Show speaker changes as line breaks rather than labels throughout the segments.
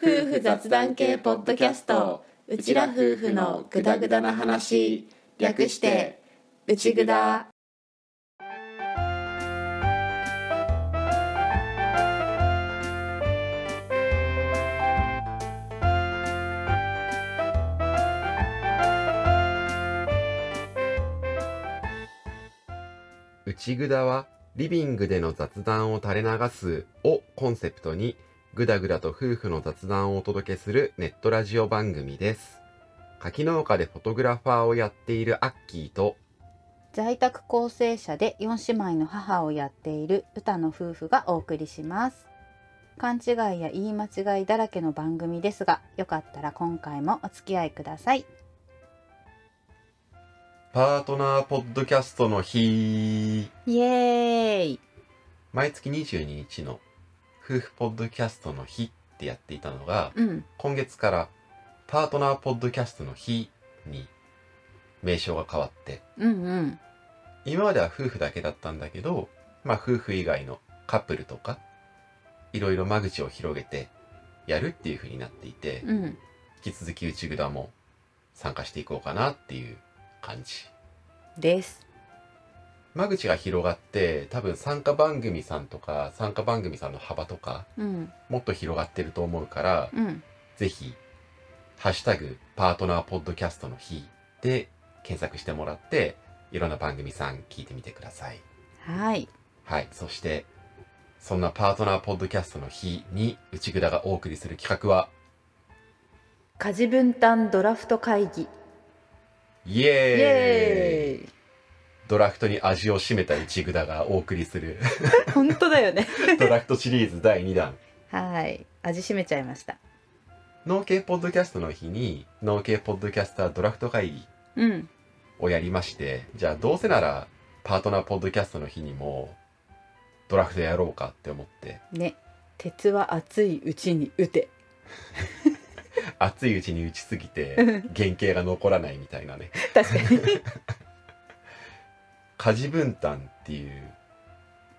夫婦雑談系ポッドキャストうちら夫婦のグダグダな話略してうちぐだ
内ぐだはリビングでの雑談を垂れ流すをコンセプトにぐだぐだと夫婦の雑談をお届けするネットラジオ番組です柿農家でフォトグラファーをやっているアッキーと
在宅構成者で4姉妹の母をやっている歌の夫婦がお送りします勘違いや言い間違いだらけの番組ですがよかったら今回もお付き合いください
パートナーポッドキャストの日
イエーイ
毎月22日の夫婦ポッドキャストの日ってやっていたのが
うん
今月からパートナーポッドキャストの日に名称が変わって
うんうん
今までは夫婦だけだったんだけど、まあ夫婦以外のカップルとか、いろいろ間口を広げてやるっていう風になっていて、
うん
引き続き内蔵も参加していこうかなっていう感じ。
です
間口が広がって、多分参加番組さんとか、参加番組さんの幅とか、
うん
もっと広がってると思うから、
うん
ぜひ、ハッシュタグ、パートナーポッドキャストの日で検索してもらって、いろんな番組さん聞いてみてください。
はい
はい。そして、そんなパートナーポッドキャストの日に、内蔵がお送りする企画は、
家事分担ドラフト会議
イエーイ
イエーイ
ドラフトに味を占めた内蔵がお送りする、
本当だよね
ドラフトシリーズ第2弾。
はい味しめちゃいました
農系ポッドキャストの日に、農系ポッドキャスタードラフト会議
うん
をやりまして、じゃあどうせなら、パートナーポッドキャストの日にも、ドラフトやろうかって思って、
ね鉄は熱いうちに打て
熱いうちに打ちすぎて
うん、
原型が残らないみたいなね。
確かに
家事分担っていう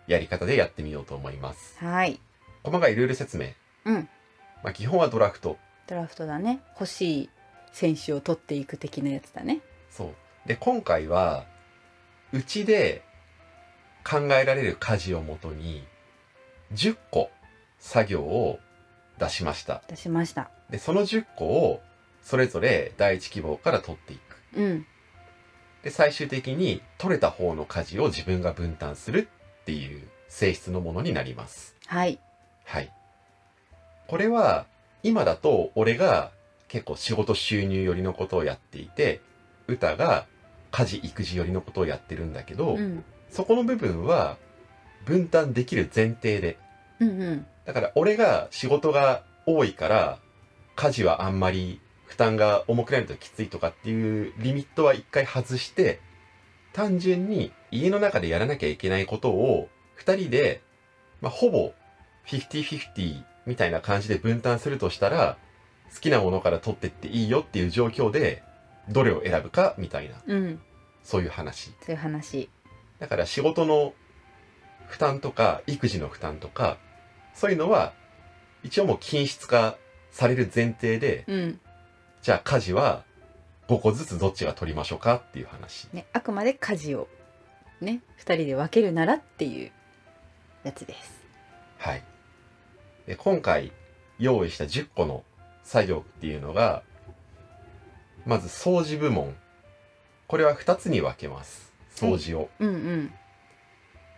やり方でやってみようと思います。
はい
細かいルール説明。
うん。
まあ基本はドラフト。
ドラフトだね欲しい選手を取っていく的なやつだね
そう。で、今回は、うちで考えられる家事をもとに、10個作業を出しました。
出しました
で、その10個を、それぞれ第一希望から取っていく。
うん
で、最終的に取れた方の家事を自分が分担するっていう性質のものになります。
はい
はい。これは、今だと俺が結構仕事収入寄りのことをやっていて、歌が家事育児寄りのことをやってるんだけど、
うん
そこの部分は分担できる前提で。
うんうん
だから俺が仕事が多いから、家事はあんまり負担が重くなるときついとかっていうリミットは一回外して、単純に家の中でやらなきゃいけないことを二人で、まあ、ほぼ50-50みたいな感じで分担するとしたら、好きなものから取ってっていいよっていう状況で、どれを選ぶかみたいな、
うん
そういう話。
そういう話
だから仕事の負担とか育児の負担とかそういうのは一応もう均質化される前提で
うん
じゃあ家事は5個ずつどっちが取りましょうかっていう話
ねあくまで家事をね二人で分けるならっていうやつです
はいで今回用意した10個の作業っていうのがまず掃除部門これは2つに分けます掃除を、
うんうん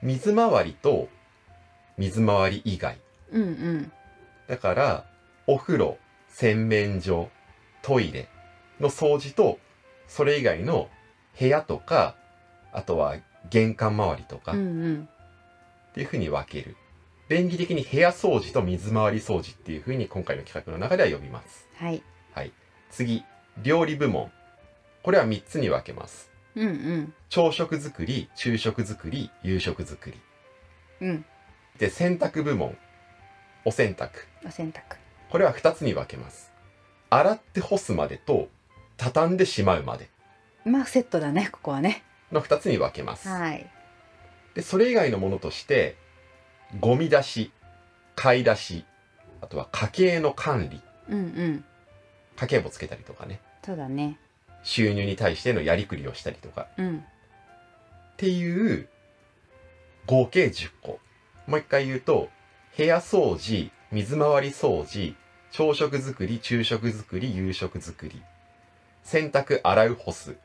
水回りと水回り以外
うんうん
だから、お風呂、洗面所、トイレの掃除と、それ以外の部屋とか、あとは玄関周りとか
う
っ
んうん
ていう風に分ける。便宜的に部屋掃除と水回り掃除っていう風に今回の企画の中では呼びます。
はい
次、料理部門。これは3つに分けます。
うんうん
朝食作り、昼食作り、夕食作り。
うん
で、洗濯部門。お洗濯。
お洗濯
これは2つに分けます。洗って干すまでと、畳んでしまうまで
まあセットだねここはね
の2つに分けます。
はい
で、それ以外のものとして、ゴミ出し、買い出し、あとは家計の管理っ
うんうん
家計簿つけたりとかね
そうだね
収入に対してのやりくりをしたりとか
うん
っていう合計10個もう一回言うと部屋掃除水回り掃除朝食作り昼食作り夕食作り洗濯洗う干す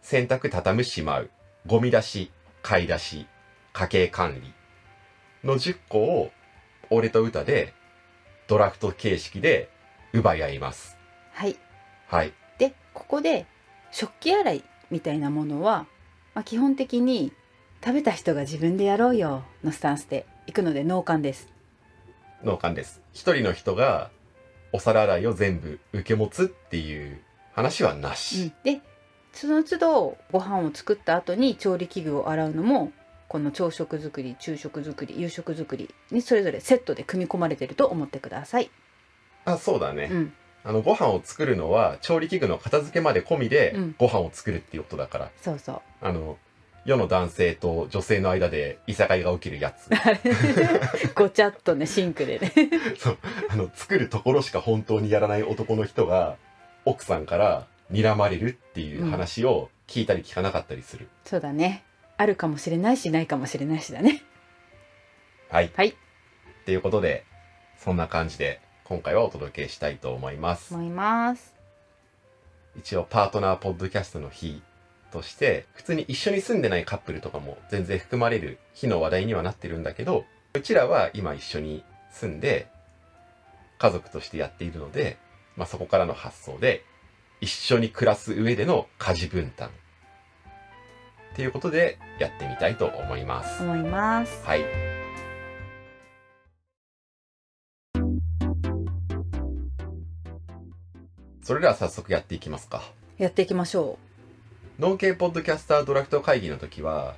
洗濯畳むしまうゴミ出し買い出し家計管理の10個を俺と歌でドラフト形式で奪い合います
はい
はい
でここで食器洗いみたいなものは、まあ、基本的に食べた人が自分でやろうよのスタンスで行くので脳幹です
農家です一人の人がお皿洗いを全部受け持つっていう話はなし、
でその都度ご飯を作った後に調理器具を洗うのもこの朝食作り昼食作り夕食作りにそれぞれセットで組み込まれてると思ってください。
あそうだね、
うん、
あのご飯を作るのは調理器具の片付けまで込みで
うん
ご飯を作るっていうことだから、
そうそう。
あの世の男性と女性の間でいさかいが起きるや つ
あれごちゃっとねシンクでね。
そうあの作るところしか本当にやらない男の人が奥さんから睨まれるっていう話を聞いたり聞かなかったりする、
そうだね。あるかもしれないしないかもしれないしだね。
はい
はい
っていうことでそんな感じで今回はお届けしたいと思います、
思います。
一応パートナーポッドキャストの日として普通に一緒に住んでないカップルとかも全然含まれる日の話題にはなってるんだけどうちらは今一緒に住んで家族としてやっているので、まあ、そこからの発想で一緒に暮らす上での家事分担っていうことでやってみたいと思います。
思います。
はいそれでは早速やっていきますか。
やっていきましょ
農系ポッドキャスタードラフト会議の時は、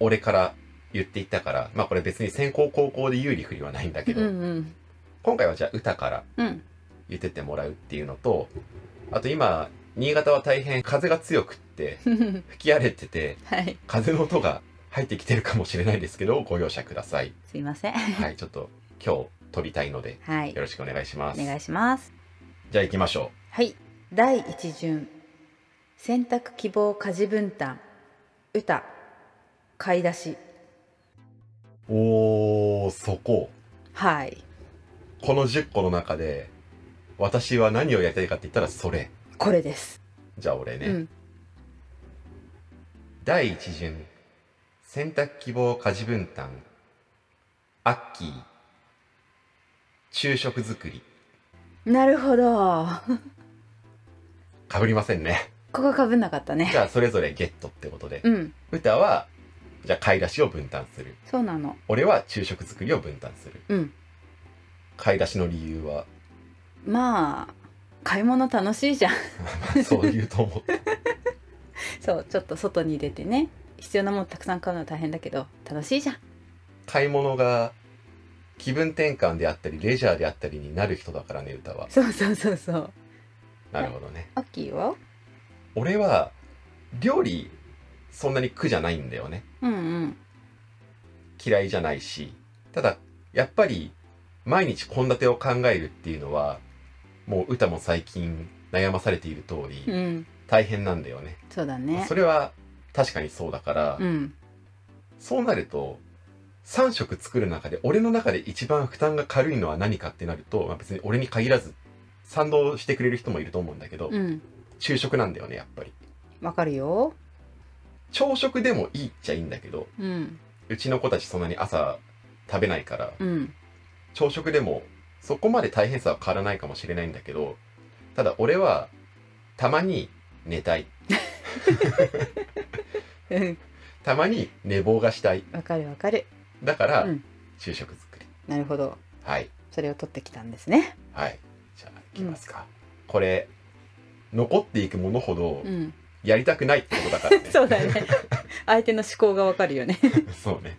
俺から言っていったから、まあこれ別に先行後攻で有利不利はないんだけ
う。
ど、
うんうん
今回はじゃあ歌から
うん
言ってってもらうっていうのと、あと今、新潟は大変風が強くって、吹き荒れてて、
はい。
風の音が入ってきてるかもしれないですけど、ご容赦ください。
すいません。
はい、ちょっと今日撮りたいので、
はい
よ。ろしくお願いしま
お
す。
願いします。
じゃあ行きましょ
はい第一巡選択希望家事分担歌買い出し
う。おー、そこ。
はい
この10個の中で、私は何をやりたいかって言ったらそれ。
これです、
じゃあ俺ね、
うん
第一巡選択希望家事分担アッキー昼食作り
なるほど
かぶりません ね
ここかぶんなかった
じ
ね
ゃあそれぞれゲットってことで、
うん
歌はじゃあ買い出しを分担する
そうなの
俺は昼食作りを分担する
うん
買い出しの理由は
まあ買い物楽しいじゃん
そういうと思って
そうちょっと外に出てね必要なものたくさん買うのは大変だけど楽しいじゃん
買い物が気分転換であったりレジャーであったりになる人だからね歌は
そうそうそうそう
なるほどね
アッキーは
俺は料理そんなに苦じゃないんだよね
うんうん
嫌いじゃないしただやっぱり毎日献立を考えるっていうのはもう歌も最近悩まされている通り
うん
大変なんだよね、
そうだね
それは確かにそうだから、
うん
そうなると3食作る中で俺の中で一番負担が軽いのは何かってなると、まあ、別に俺に限らず賛同してくれる人もいると思うんだけど、
うん
昼食なんだよねやっぱり
わかるよ
朝食でもいいっちゃいいんだけど
うん
うちの子たちそんなに朝食べないから
うん
朝食でもそこまで大変さは変わらないかもしれないんだけどただ俺はたまに寝たい
うん
たまに寝坊がしたい
わかるわかる
だから、
うん
昼食作り
なるほど
はい
それを取ってきたんですね。
はいじゃあいきますか、これ残っていくものほど
うん、
やりたくないってことだからね
そうだよね。相手の思考がわかるよね。
そうね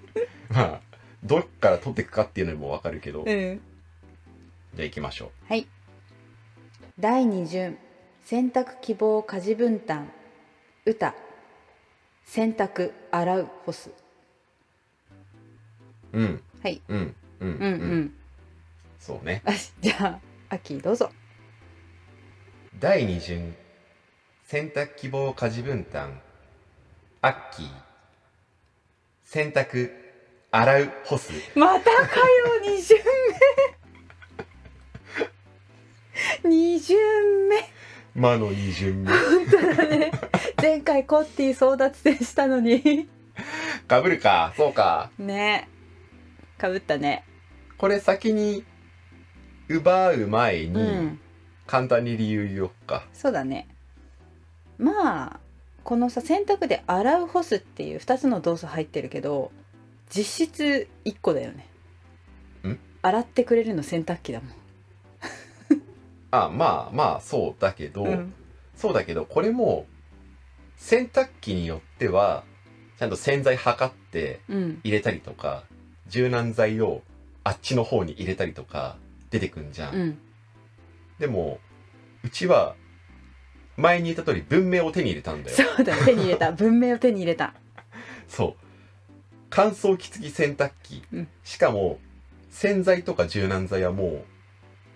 まあどっから取っていくかっていうのもわかるけど、
うん、
じゃあ行きましょう
はい。第二巡選択希望家事分担歌洗濯洗う干す
うん
はい
うんうん
うんうん、
そうね
あしじゃあ秋どうぞ
第二巡洗濯希望家事分担アッキー洗濯洗う干す
またかよ二巡 目二巡目
魔の二巡目
前回コッティ争奪戦したのに
かぶるかそうか
ねかぶったね
これ先に奪う前
う
に
ん
簡単に理由言おうか、
そうだねまあこのさ洗濯で洗う干すっていう2つの動作入ってるけど実質1個だよね
ん
洗ってくれるの洗濯機だもん
あまあまあそうだけど、
うん
そうだけどこれも洗濯機によってはちゃんと洗剤測って
うん
入れたりとか柔軟剤をあっちの方に入れたりとか出てくんじゃん、
うん
でもうちは前に言った通り文明を手に入れたんだよ
そうだね手に入れ た文明を手に入れた
そう乾燥機付き洗濯機、
うん
しかも洗剤とか柔軟剤はもう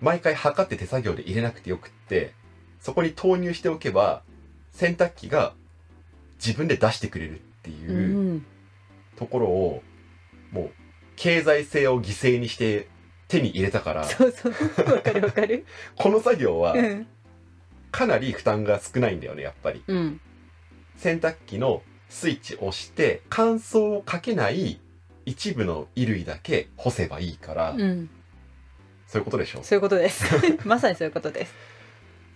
毎回測って手作業で入れなくてよくってそこに投入しておけば洗濯機が自分で出してくれるって
う
いうんところを、もう経済性を犠牲にして手に入れたから
そうそうわかるわかる
この作業は
うん
かなり負担が少ないんだよねやっぱり。
うん
洗濯機のスイッチを押して乾燥をかけない一部の衣類だけ干せばいいから、
うん
そういうことでしょ
そういうことです まさにそういうことです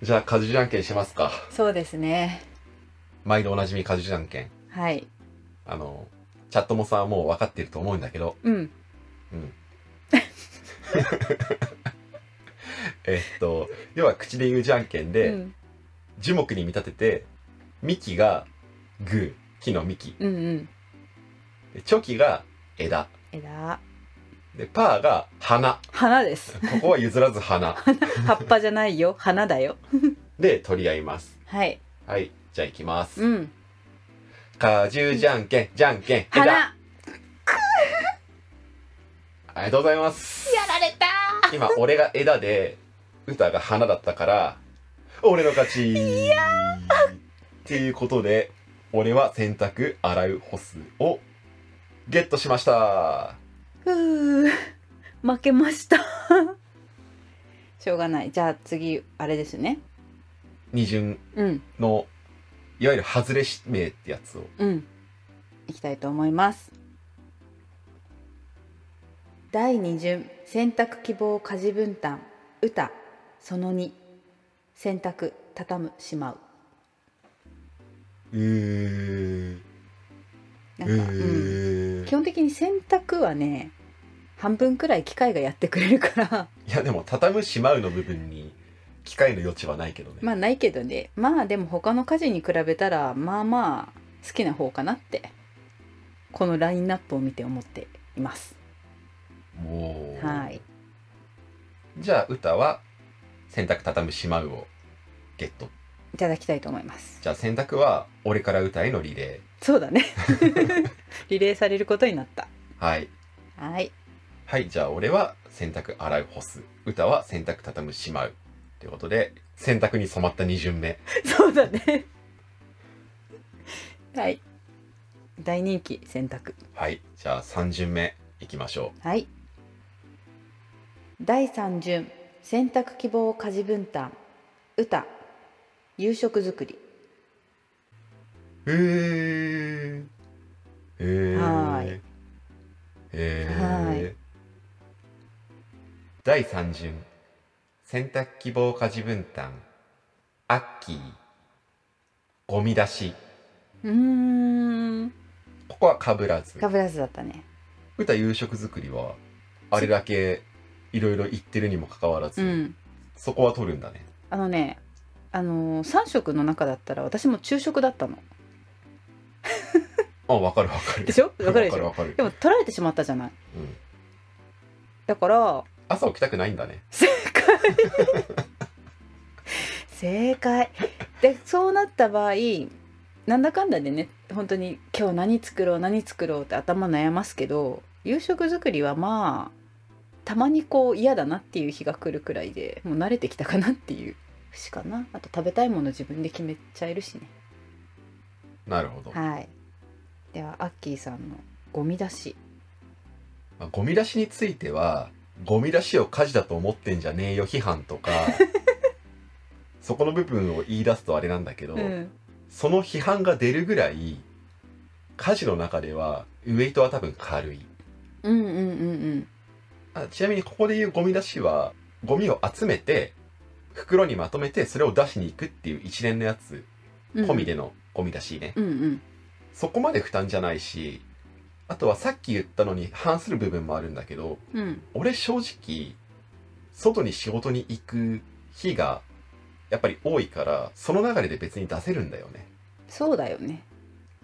じゃあ果樹じゃんけんしますか
そうですね
毎度おなじみ果樹じゃんけん
はい
あのチャットモさんはもう分かってると思うんだけど
うん
うんえっと 要は口で言うじゃんけん
う
で、
ん
樹木に見立てて幹がグー木の幹
うんうん
でチョキが枝
枝
でパーが花
花です
こ こは譲らず花
葉っぱじゃないよ花だよ
で取り合います
はい
はいじゃあいきます
うん
果汁じゃんけんじゃんけん
花
枝ありがとうございます
やられた
今俺が枝で歌が花だったから俺の勝ちいやっていうことで俺は洗濯洗う干すをゲットしました
ふう負けました しょうがないじゃあ次あれですね
二巡
うん
のいわゆる外れ指名ってやつを
うんいきたいと思います第2巡選択希望家事分担歌その2選択畳むしま
う
う
ー
なんか、うん
うー
基本的に洗濯はね半分くらい機械がやってくれるから
いやでも畳むしまうの部分に機械の余地はないけどね、
まあないけどねまあでも他の家事に比べたらまあまあ好きな方かなってこのラインナップを見て思っています
もう
はい
じゃあ歌は洗濯畳むしまうをゲット
いただきたいと思います
じゃあ洗濯は俺から歌へのリレ
そう だねリレーされることになった
ーはい
はい
はいじゃあ俺は洗濯洗う干す歌は洗濯畳むしまうということで洗濯に染まった2巡目
そうだねはい大人気洗濯
はいじゃあ3巡目いきましょ
はい第3巡洗濯希望家事分担歌夕食作り
うへえへえ
はい
へえ
はい
第3巡洗濯希望家事分担アッキーゴミ出し
うーん
ここはかぶらず
ガブラスだったね
歌夕食作りはあれだけいろいろ言ってるにもかかわらず、
うん
そこは取るんだね
あのね、あのー、3食の中だったら私も昼食だったの。
あわかるわかる
でしょ わかるでし
わ
ょ
かるわか
で
る、
も取られてしまったじゃない。
うん、
だから、
朝起きたくないんだね
正解正解で、そうなった場合、なんだかんだでね、本当に今日何作ろう何作ろうって頭悩ますけど、夕食作りはまあ、たまにこう嫌だなっていう日が来るくらいでもう慣れてきたかなっていう節かなあと食べたいもの自分で決めちゃえるしね
なるほど、
はいではアッキーさんのゴミ出し
まあゴミ出しについてはゴミ出しを家事だと思ってんじゃねえよ批判と かそこの部分を言い出すとあれなんだけど、
うん
その批判が出るぐらい家事の中ではウエイトは多分軽い
うんうんうん
あちなみにここで言うゴミ出しはゴミを集めて袋にまとめてそれを出しに行くっていう一連のやつ
うん
込みでのゴミ出しね、
うんうん
そこまで負担じゃないしあとはさっき言ったのに反する部分もあるんだけど
うん
俺正直外に仕事に行く日がやっぱり多いからその流れで別に出せるんだよね
そうだよね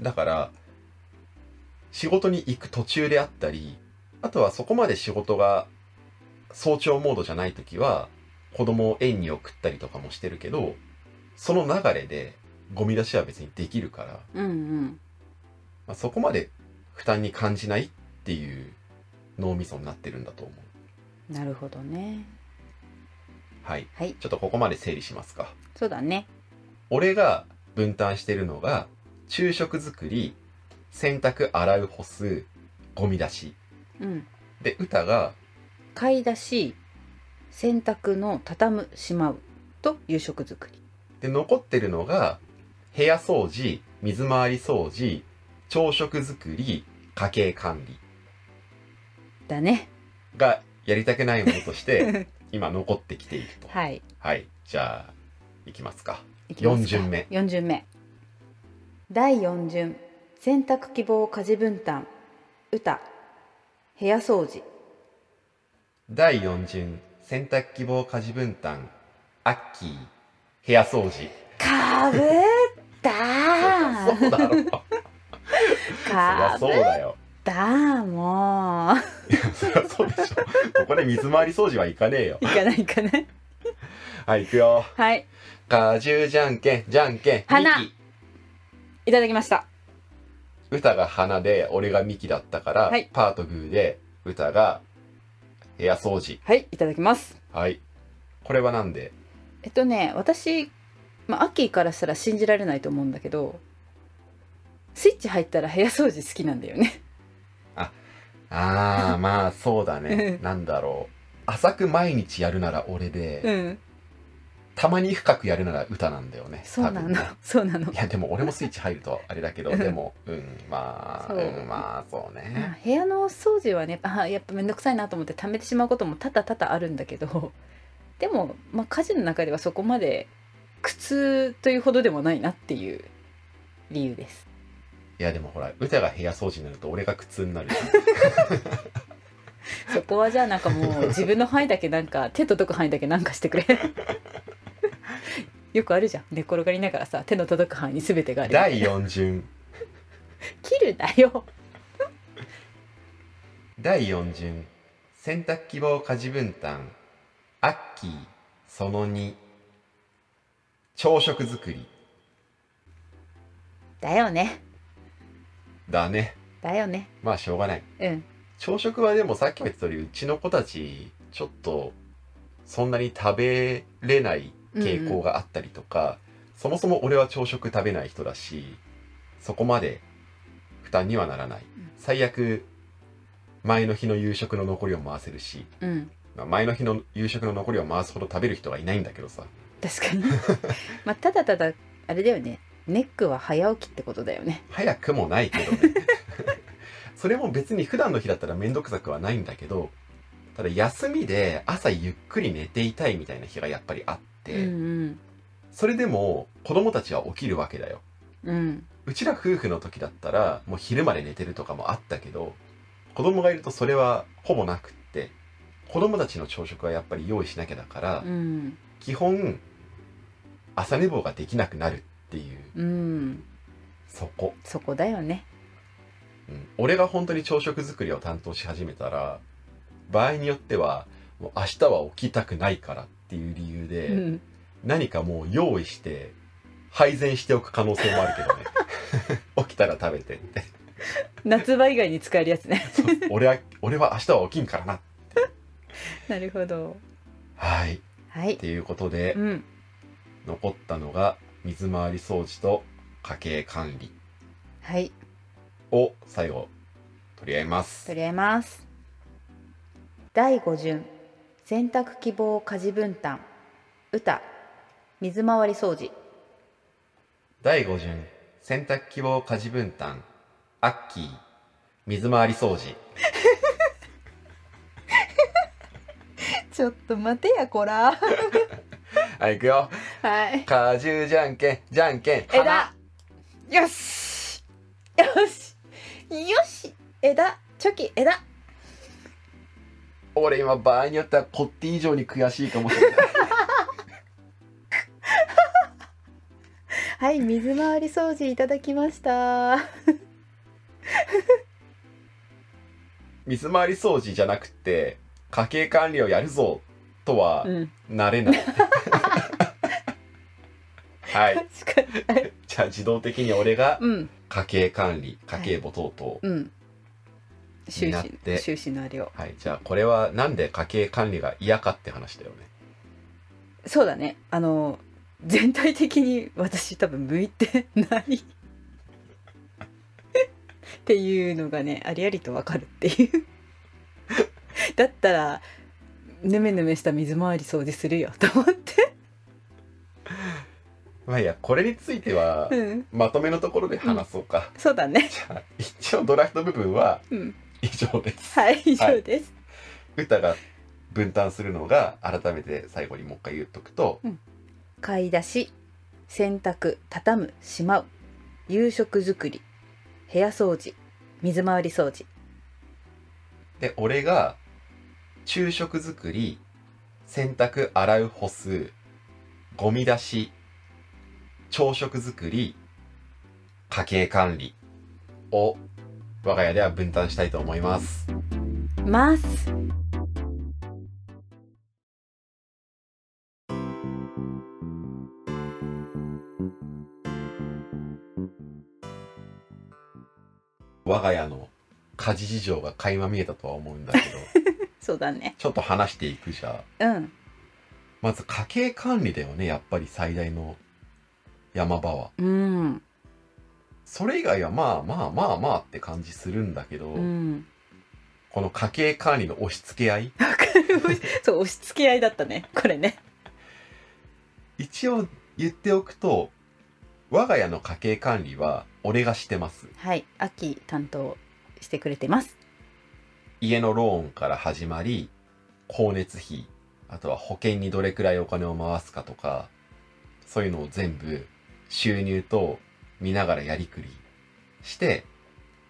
だから仕事に行く途中であったりあとはそこまで仕事が早朝モードじゃない時は子供を園に送ったりとかもしてるけどその流れでゴミ出しは別にできるから、
うんうん
まあ、そこまで負担に感じないっていう脳みそになってるんだと思う
なるほどね
はい
はい
ちょっとここまで整理しますか
そうだね
俺が分担してるのが昼食作り洗濯洗う干すゴミ出し
うん
で歌が
買い出し洗濯の畳むしまうと夕食作り
で残ってるのが部屋掃除水回り掃除朝食作り家計管理
だね
がやりたくないものとして 今残ってきていると
はい
はいじゃあいきますか
いきますか
四巡目
四巡目第4巡洗濯希望家事分担歌部屋掃除
第4巡洗濯希望家事分担アッキー部屋掃除
かぶったー
そうだろ う
か
そ
ぶ
りゃそ
っ
うだよ
たー もう
そりゃそうでしょここで水回り掃除はいかねえよ
いかないいかない
はい行くよ
はい
果汁じゃんけんじゃんけん
花
ミキ
いただきました
歌が花で俺がミキだったから、
はい
パートグーで歌が部屋掃除
はいいただきます
はいこれはなんで
えっとね私まあアッキーからしたら信じられないと思うんだけどスイッチ入ったら部屋掃除好きなんだよね
あ あまあそうだ
ね
なんだろう浅く毎日やるなら俺で、
うん
たまに深くやるなら歌なんだよね
そうな
多
の、
分ね
そうなの
いやでも俺もスイッチ入るとあれだけどでもうんまあ
そう
うんまあそう
ま
ね
あ、部屋の掃除はねあやっぱめんどくさいなと思って溜めてしまうことも多々多々あるんだけどでも、まあ、家事の中ではそこまで苦痛というほどでもないなっていう理由です
いやでもほら歌が部屋掃除になると俺が苦痛になるし
そこはじゃあなんかもう自分の範囲だけなんか手届く範囲だけなんかしてく れよくあるじゃん寝転がりながらさ手の届く範囲に全てがある
第4巡
切るだよ
第4巡選択希望家事分担アッキーその2朝食作り
だよね
だね
だよね
まあしょうがない
うん
朝食はでもさっきも言った通りうちの子たちちょっとそんなに食べれない傾向があったりとか、そもそも俺は朝食食べない人だしそこまで負担にはならない、
ん
最悪前の日の夕食の残りを回せるし
うん
まあ前の日の夕食の残りを回すほど食べる人はいないんだけどさ
確 かにまあただただあれだよねネックは早起きってことだよね
早くもないけど ねそれも別に普段の日だったら面倒くさくはないんだけどただ休みで朝ゆっくり寝ていたいみたいな日がやっぱりあって、
うん
それでも子供たちは起きるわけだよ
うんうん
うちら夫婦の時だったらもう昼まで寝てるとかもあったけど子供がいるとそれはほぼなくって子供たちの朝食はやっぱり用意しなきゃだから、
うん
基本朝寝坊ができなくなるっていう
うん
そこ、
そこだよね
うん、俺が本当に朝食作りを担当し始めたら場合によってはもう明日は起きたくないからっていう理由で、
うん
何かもう用意して配膳しておく可能性もあるけどね 起きたら食べてって
夏場以外に使えるやつね
そう俺は俺は明日は起きんからなって
なるほど。
はい。
はい
っ。ていうことで、
うん。
残ったのが水回り掃除と家計管理
はい。
を最後取り合います。
取り合います。第五順。選択希望家事分担。歌。水回り掃除。
第5順洗濯希望家事分担アッキー水回り掃除
ちょっと待てや、こら。
はい行くよ
はい。
果汁じゃんけんじゃんけん
枝。よし。よし。よし。枝。チョキ、枝。
俺今場合によってはこって以上に悔しいかもしれ ない
はい、水回り掃除いただきました。
水回り掃除じゃなくて家計管理をやるぞとは
ん。
なれない、はい
確かに。
じゃあ自動的に俺が
うん。
家計管理家計簿等々、
うん。終
なっ
始
て
終始のあれを。
はい、じゃあこれはなんで家計管理が嫌かって話だよね
そうだね。あの全体的に私多分向いてないっていうのがね、ありありとわかるっていう。だったらぬめぬめした水回り掃除するよと思って。
まあいいやこれについては
うん。
まとめのところで話そうか、
そうだね。
じゃあ一応ドラフト部分は
うん。
以上です
はい、以上です。
歌が分担するのが改めて最後にもう一回言っとくと
買い出し洗濯畳むしまう夕食作り部屋掃除水回り掃除
で俺が昼食作り洗濯洗う干すゴミ出し朝食作り家計管理を我が家では分担したいと思います
ます
我が家の家事事情が垣間見えたとは思うんだけ ど
そうだね
ちょっと話していくじゃあ
うん
まず家計管理だよねやっぱり最大の山場は
うん
それ以外はまあまあまあまあって感じするんだけど、
うん
この家計管理の押し付け合い
そう押し付け合いだったねこれね
一応言っておくと我が家の家計管理は俺がしてます
はい秋担当してくれてます
家のローンから始まり光熱費あとは保険にどれくらいお金を回すかとかそういうのを全部収入と見ながらやりくりして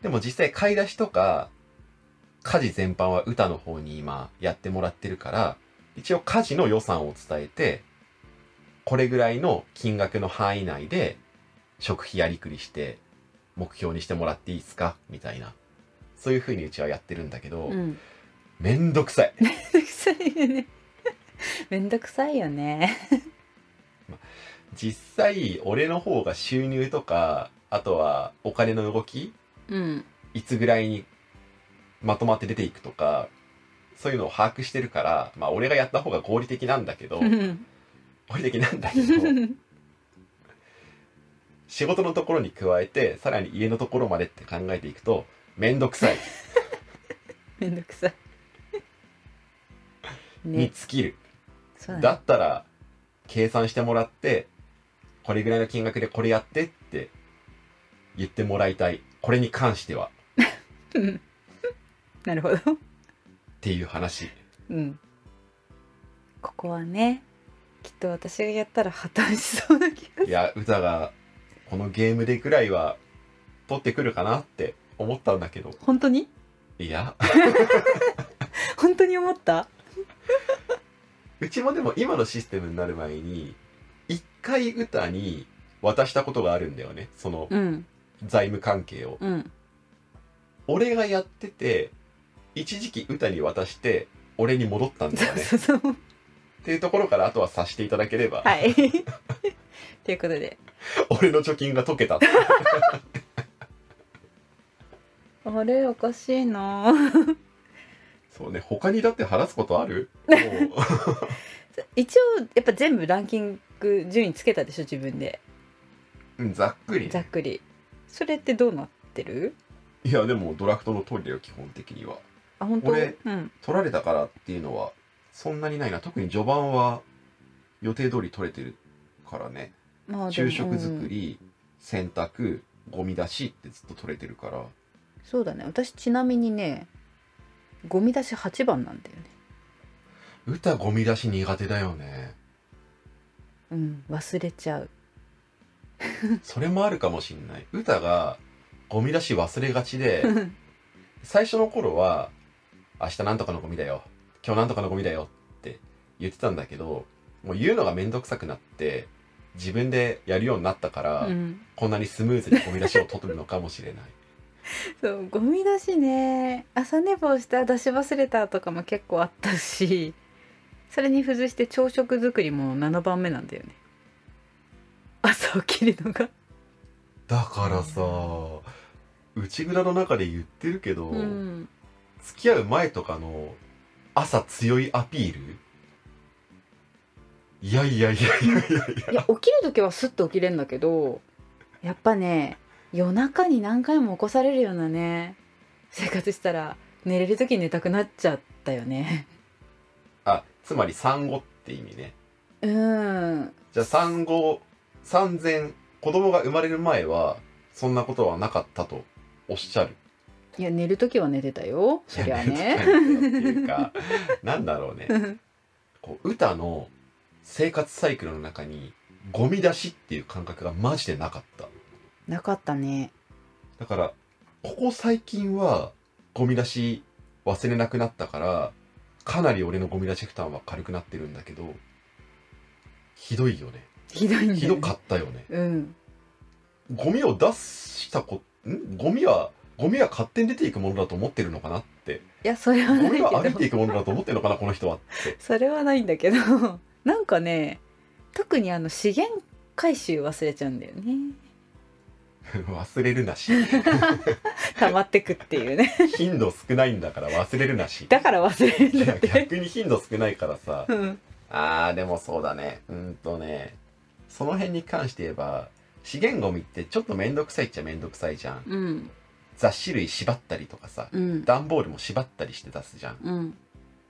でも実際買い出しとか家事全般は歌の方に今やってもらってるから一応家事の予算を伝えてこれぐらいの金額の範囲内で食費やりくりして目標にしてもらっていいですかみたいなそういう風にうちはやってるんだけど、
うん
めんどくさい。
めんどくさいよねめんどくさいよね
実際、俺の方が収入とか、あとはお金の動き、
うん
いつぐらいにまとまって出ていくとか、そういうのを把握してるから、まあ俺がやった方が合理的なんだけ ど、
うん
合理的なんだけど、仕事のところに加えて、さらに家のところまでって考えていくと、めんどくさい。
めんどくさい
に
ね
尽きる。
そうだ
だ
ね
ったら、計算してもらって、これぐらいの金額でこれやってって言ってもらいたい。これに関しては。
うんなるほど
っ ていう話
うん、ここはねきっと私がやったら破綻しそうな気が
いや歌がこのゲームでくらいは取ってくるかなって思ったんだけど
本当に
いや
本当に思った
うちもでも今のシステムになる前に一回歌に渡したことがあるんだよねその
うん
財務関係を
うん
俺がやってて一時期歌に渡して俺に戻ったんだよね
そうそうそう
っていうところからあとは察していただければ、
はいということで
俺の貯金が解け た
あれおかしいな
そうね他にだって話すことあ るもう
一応やっぱ全部ランキング順位つけたでしょ自分で
うんざっくりね
ざっくりそれってどうなってる
いやでもドラフトの通りだよ基本的には
あ本当
俺
うん
取られたからっていうのはそんなにないな特に序盤は予定通り取れてるからね
まあでも
昼食作
うん
り、洗濯ゴミ出しってずっと取れてるから
そうだね私ちなみにねゴミ出し8番なんだよね
歌ゴミ出し苦手だよね
うん忘れちゃう
それもあるかもしんない歌がゴミ出し忘れがち で最初の頃は「明日なんとかのゴミだよ今日なんとかのゴミだよ」って言ってたんだけどもう言うのがめんどくさくなって自分でやるようになったから、
うん
こんなにスムーズにゴミ出しを取るのかもしれない
そうゴミ出しね朝寝坊してあ出し忘れたとかも結構あったしそれに付随して朝食作りも7番目なんだよね朝起きるのが
だからさ内蔵の中で言ってるけど、
うん
付き合う前とかの朝強いアピールいやいやいや いやいやいや
いや起きる時はスッと起きれんだけどやっぱね夜中に何回も起こされるようなね生活したら寝れる時に寝たくなっちゃった よね
あつまり産後って意味ね
うん
じゃあ産後産前子供が生まれる前はそんなことはなかったとおっしゃる
いや寝る時は寝てたよそりゃ
い や
ね
寝る時は寝てたっていうかなんだろうねこう歌の生活サイクルの中にゴミ出しっていう感覚がマジでなかった
なかったね
だからここ最近はゴミ出し忘れなくなったからかなり俺のゴミ出し負担は軽くなってるんだけどひどいよね
ひどいんだよね
ひどかったよね
うん
ゴミを出したこんゴミはゴミは勝手に出ていくものだと思ってるのかなって
いやそれは
ゴミは
な
歩
い
い
け
てい
ど
くものだと思ってるのかなこの人はって
それはないんだけどなんかね特にあの資源回収忘れちゃうんだよね
忘れるなし
溜まってくっていうね
頻度少ないんだから忘れるなし
だから忘れるんだっ
いや
て
逆に頻度少ないからさ
うん
あーでもそうだねうんとねその辺に関して言えば資源ゴミってちょっと面倒くさいっちゃ面倒くさいじゃん
うん
雑誌類縛ったりとかさ
うん
段ボールも縛ったりして出すじゃん
うん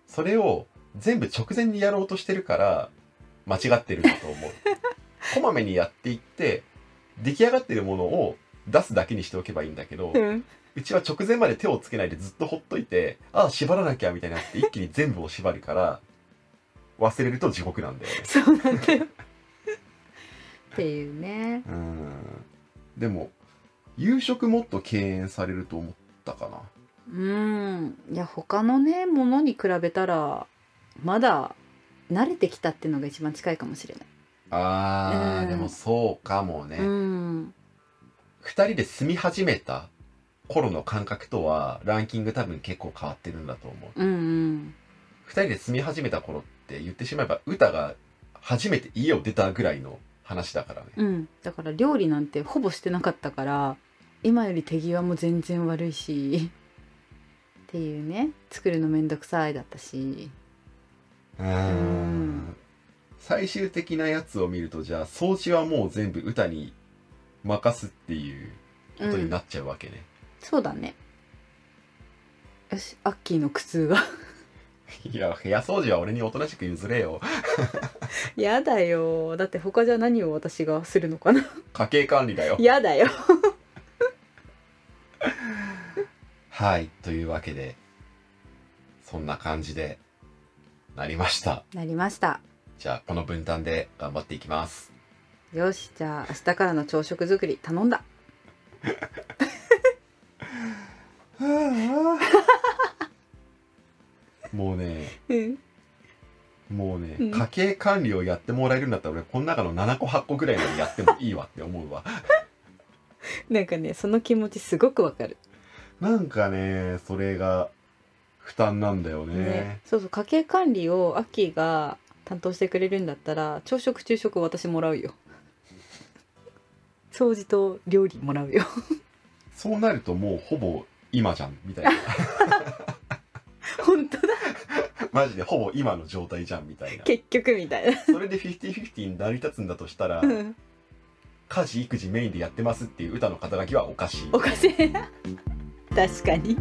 それを全部直前にやろうとしてるから間違ってるんだと 思うこまめにやっていって出来上がってるものを出すだけにしておけばいいんだけど
うん
うちは直前まで手をつけないでずっとほっといてああ縛らなきゃみたいになって一気に全部を縛るから忘れると地獄なんだよね
そうなんだよっていうね
うんでも夕食もっと敬遠されると思ったかな
うんいや他のねものに比べたらまだ慣れてきたっていうのが一番近いかもしれない、
あー、
うん
でもそうかもね、
うん
2人で住み始めた頃の感覚とはランキング多分結構変わってるんだと思う
うんうん
2人で住み始めた頃って言ってしまえば歌が初めて家を出たぐらいの話だからね、
うん、だから料理なんてほぼしてなかったから今より手際も全然悪いしっていうね作るのめんどくさいだったし
う
うん
最終的なやつを見るとじゃあ掃除はもう全部歌に任すっていうことになっちゃうわけね、
そうだねよしアッキーの苦痛が
いや、部屋掃除は俺におとなしく譲れよ。
やだよだって他じゃ何を私がするのかな
家計管理だよ。
やだよ
はい、というわけで、そんな感じで、なりました。
なりました
じゃあ、この分担で頑張っていきます。
よしじゃあ明日からの朝食作り頼んだ
もうね、
うん
もうね、
うん
家計管理をやってもらえるんだったら俺、この中の7個8個ぐらいまでやってもいいわって思うわ。
なんかねその気持ちすごくわかる、
なんかね、それが、負担なんだよね。
ね、そうそう家計管理をアッキーが担当してくれるんだったら朝食昼食私もらうよ掃除と料理もらうよ
そうなるともうほぼ今じゃん、みたいな。
本当だ
マジでほぼ今の状態じゃんみたいな
結局みたいな
それで50-50に成り立つんだとしたら
うん
家事育児メインでやってますっていう歌の肩書きはおかしい
おかしい確かに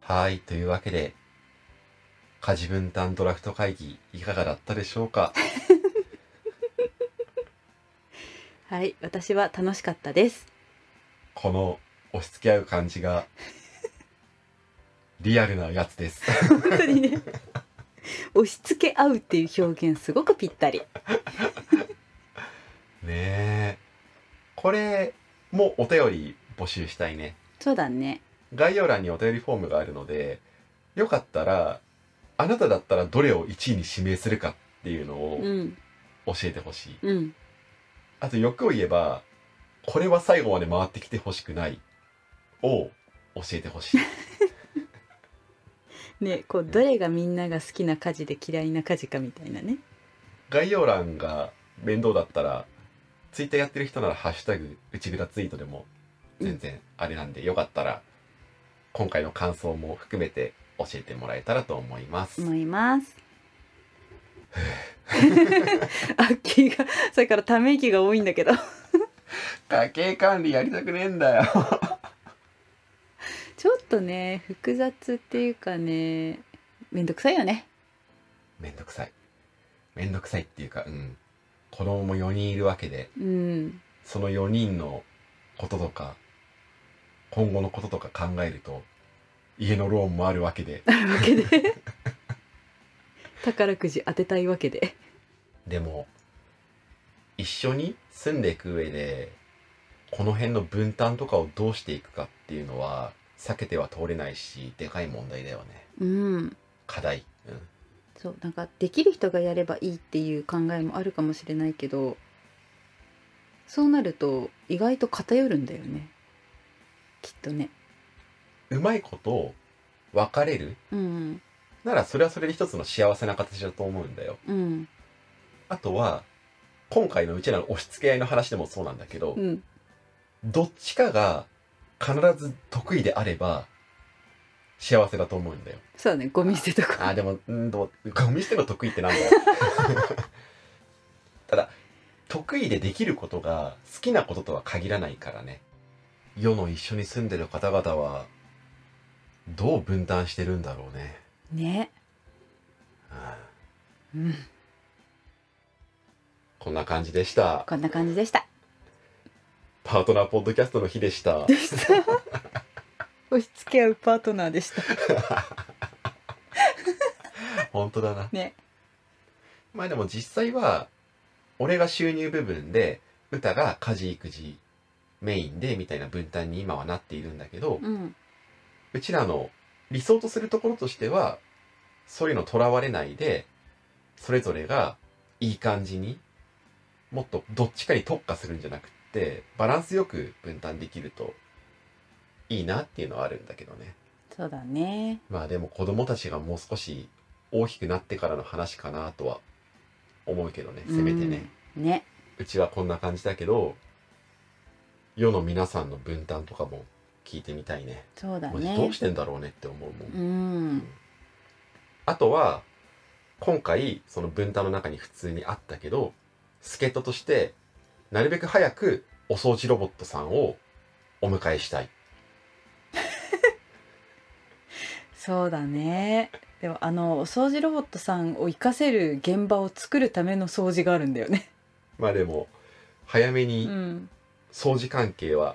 はいというわけで家事分担ドラフト会議いかがだったでしょうか
はい私は楽しかったです
この押し付け合う感じがリアルなやつです
本当にね押し付け合うっていう表現すごくぴったり
ねえこれもお便り募集したいね
そうだね
概要欄にお便りフォームがあるのでよかったらあなただったらどれを1位に指名するかっていうの
う
を
ん
教えてほしい、
うん
あと欲を言えばこれは最後まで回ってきてほしくないを教えてほしい
ねこうどれがみんなが好きな家事で嫌いな家事かみたいなね
概要欄が面倒だったらツイッターやってる人なら「ハッシュタグ内蔵ツイート」でも全然あれなんで、よかったら今回の感想も含めて教えてもらえたらと思います、
思います。 あ、気が、それからため息が多いんだけど、
家計管理やりたくねえんだよ
ちょっとね、複雑っていうかね、めんどくさいよね。
めんどくさいめんどくさいっていうかうん子供も4人いるわけで
うん、
その4人のこととか今後のこととか考えると家のローンもあるわけで
あるわけ で。宝くじ当てたいわけで。
でも一緒に住んでいく上でこの辺の分担とかをどうしていくかっていうのは避けては通れないしでかい問題だよね
うん。
課題、うん、
そう、なんかできる人がやればいいっていう考えもあるかもしれないけど、そうなると意外と偏るんだよね。きっとね。
うまいことを分かれる
うん、
ならそれはそれで一つの幸せな形だと思うんだよ
うん、
あとは今回のうちらの押し付け合いの話でもそうなんだけど、
うん。
どっちかが必ず得意であれば幸せだと思うんだよ。
そうだね、ゴミ捨てとか。
あーでもうんどうゴミ捨ての得意ってなんだよ。ただ得意でできることが好きなこととは限らないからね。世の一緒に住んでる方々はどう分担してるんだろうね。
ね。
うん
うん。
こんな感じでした。
こんな感じでした。
パートナーポッドキャストの日で した。
した。押し付け合うパートナーでした。
本当だな。
ね。
まあでも実際は俺が収入部分で歌が家事育児メインでみたいな分担に今はなっているんだけど、う
うん。
ちらの理想とするところとしてはそういうのとらわれないでそれぞれがいい感じにもっとどっちかに特化するんじゃなくってバランスよく分担できるといいなっていうのはあるんだけどね
そうだね。
まあでも子供たちがもう少し大きくなってからの話かなとは思うけどねせめてね。
うん。ね。
うちはこんな感じだけど世の皆さんの分担とかも聞いてみたいね
そうだ
マジど
ね
うし。てんだろうねって思うもん、
うん。
あとは今回その分担の中に普通にあったけど助っ人としてなるべく早くお掃除ロボットさんをお迎えしたい
そうだね。でもあのお掃除ロボットさんを活かせる現場を作るための掃除があるんだよね。
まあでも早め
う
に
ん。
掃除関係は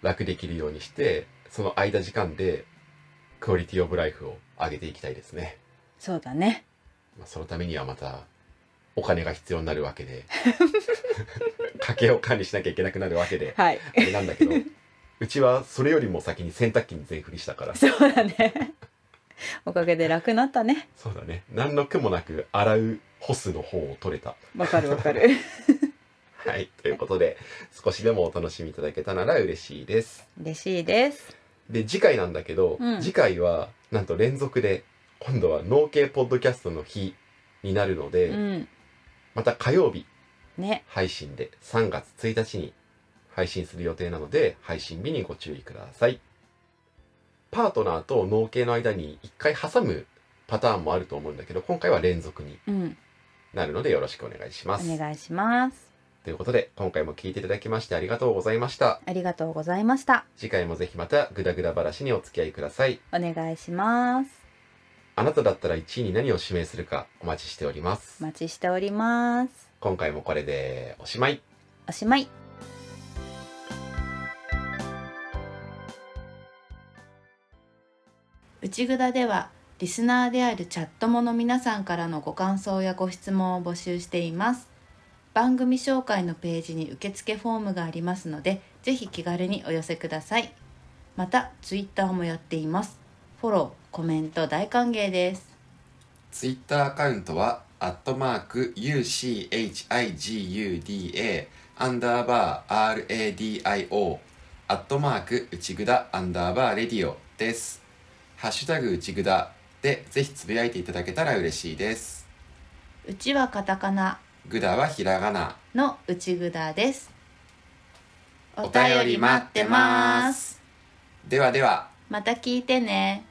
楽できるようにしてその間時間でクオリティオブライフを上げていきたいですね
そうだね。
まあ、そのためにはまたお金が必要になるわけ で 家計を管理しなきゃいけなくなるわけで
はい。
あれなんだけどうちはそれよりも先に洗濯機に全振りしたから
そうだね。おかげで楽になったね。
そうだね何の苦もなく洗う干すの方を取れた
わかるわかる。
はい。ということで、少しでもお楽しみいただけたなら嬉しいです。
嬉しいです。
で、次回なんだけど、
うん
次回は、なんと連続で、今度は農系ポッドキャストの日になるので、
うん。
また火曜日
ね。
配信で3月1日に配信する予定なので、配信日にご注意ください。パートナーと農系の間に1回挟むパターンもあると思うんだけど、今回は連続に
うん。
なるのでよろしくお願いします。
お願いします。
ということで、今回も聞いていただきましてありがとうございました。
ありがとうございました。
次回もぜひまたグダグダ話にお付き合いください。
お願いします。
あなただったら1位に何を指名するかお待ちしております
お。待ちしております。
今回もこれでおしまい。
おしまい。
内ぐだではリスナーであるチャットもの皆さんからのご感想やご質問を募集しています番組紹介のページに受付フォームがありますのでぜひ気軽にお寄せくださいまたツイッターもやっていますフォローコメント大歓迎です
ツイッターアカウントは、アットマーク UCHIGUDA アンダーバー RADIO アットマーク内ぐだアンダーバーレディオです。ハッシュタグ内ぐだでぜひつぶやいていただけたら嬉しいです。
うちはカタカナ
ぐだはひらがな。
の内ぐだですお
お便り待ってます。ではでは。
また聞いてね